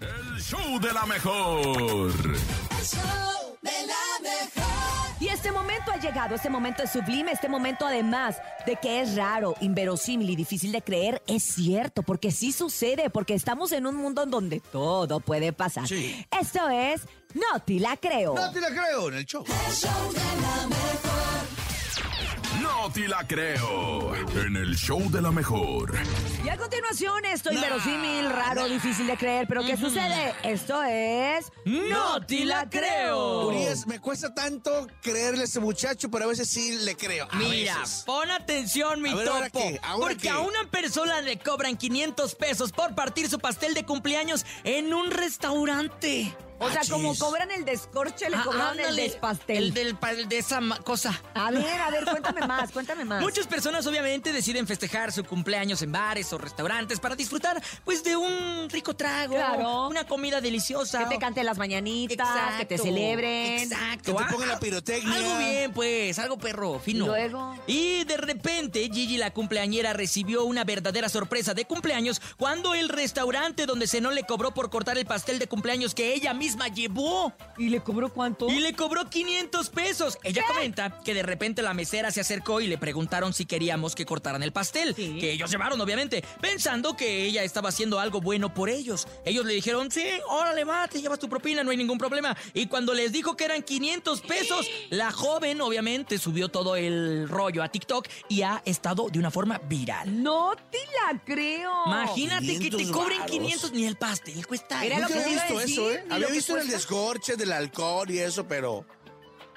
El show de la mejor. Y este momento ha llegado, este momento es sublime, este momento además de que es raro, inverosímil y difícil de creer, es cierto, porque sí sucede, porque estamos en un mundo en donde todo puede pasar. Sí. Esto es No te la creo. No te la creo en el show. No te la creo. En el show de la mejor. Y a continuación, esto Nah, inverosímil, raro, nah. difícil de creer, pero ¿qué sucede? Esto es No te la creo. Urias, me cuesta tanto creerle a ese muchacho, pero a veces sí le creo. A Mira, veces. pon atención, mi A ver, ¿ahora topo. qué? ¿Ahora porque qué? a una persona le cobran 500 pesos por partir su pastel de cumpleaños en un restaurante. O sea, Achis. como cobran el descorche, le Ah, cobraron el ándale, despastel. El del pa- el de esa ma- cosa. A ver, a ver, cuéntame más, cuéntame más. Muchas personas obviamente deciden festejar su cumpleaños en bares o restaurantes para disfrutar pues de un rico trago, Claro. una comida deliciosa. Que te canten las mañanitas, Exacto, que te celebren. Exacto. Que te ah, pongan la pirotecnia. Algo bien, pues, algo perro, fino. Y luego. Y de repente, Gigi la cumpleañera recibió una verdadera sorpresa de cumpleaños cuando el restaurante donde cenó le cobró por cortar el pastel de cumpleaños que ella misma llevó. ¿Y le cobró cuánto? Y le cobró 500 pesos. Ella comenta que de repente la mesera se acercó y le preguntaron si queríamos que cortaran el pastel. Sí. Que ellos llevaron, obviamente, pensando que ella estaba haciendo algo bueno por ellos. Ellos le dijeron, sí, órale, va, te llevas tu propina, no hay ningún problema. Y cuando les dijo que eran 500 pesos, la joven, obviamente, subió todo el rollo a TikTok y ha estado de una forma viral. No te la creo. Imagínate que te 500 cobren varos. 500 ni el pastel, cuesta. Era lo Nunca que había te iba a visto decir, eso, ¿eh? ni lo Había que visto en el cuesta. descorche del alcohol y eso, pero.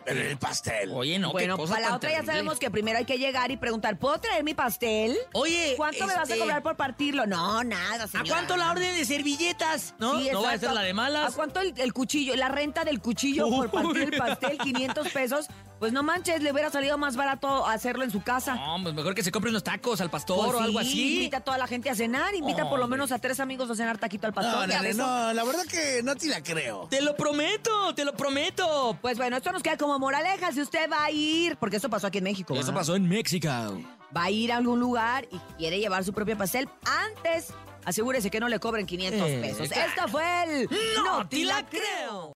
Pero en el pastel. Oye, no, qué bueno, cosa para la tan otra ya terrible. sabemos que primero hay que llegar y preguntar, ¿puedo traer mi pastel? Oye, ¿Cuánto me vas a este, cobrar por partirlo? No, nada, ¿A señora. cuánto la orden de servilletas? No, Sí, no va a exacto. ser la de malas. ¿A cuánto el, el cuchillo, la renta del cuchillo por partir el pastel, 500 pesos? Pues no manches, le hubiera salido más barato hacerlo en su casa. No, pues mejor que se compre unos tacos al pastor Pues o sí, algo así. Invita a toda la gente a cenar, invita por lo Hombre. menos a tres amigos a cenar taquito al pastor. No, y a no, no, beso. no, la verdad que no te la creo. Te lo prometo, te lo prometo. Pues bueno, esto nos queda como moraleja si usted va a ir, porque esto pasó aquí en México. Eso ¿verdad? pasó en México. Va a ir a algún lugar y quiere llevar su propio pastel antes. Asegúrese que no le cobren 500 Eh, pesos. claro. Esto fue el... No, te te la creo.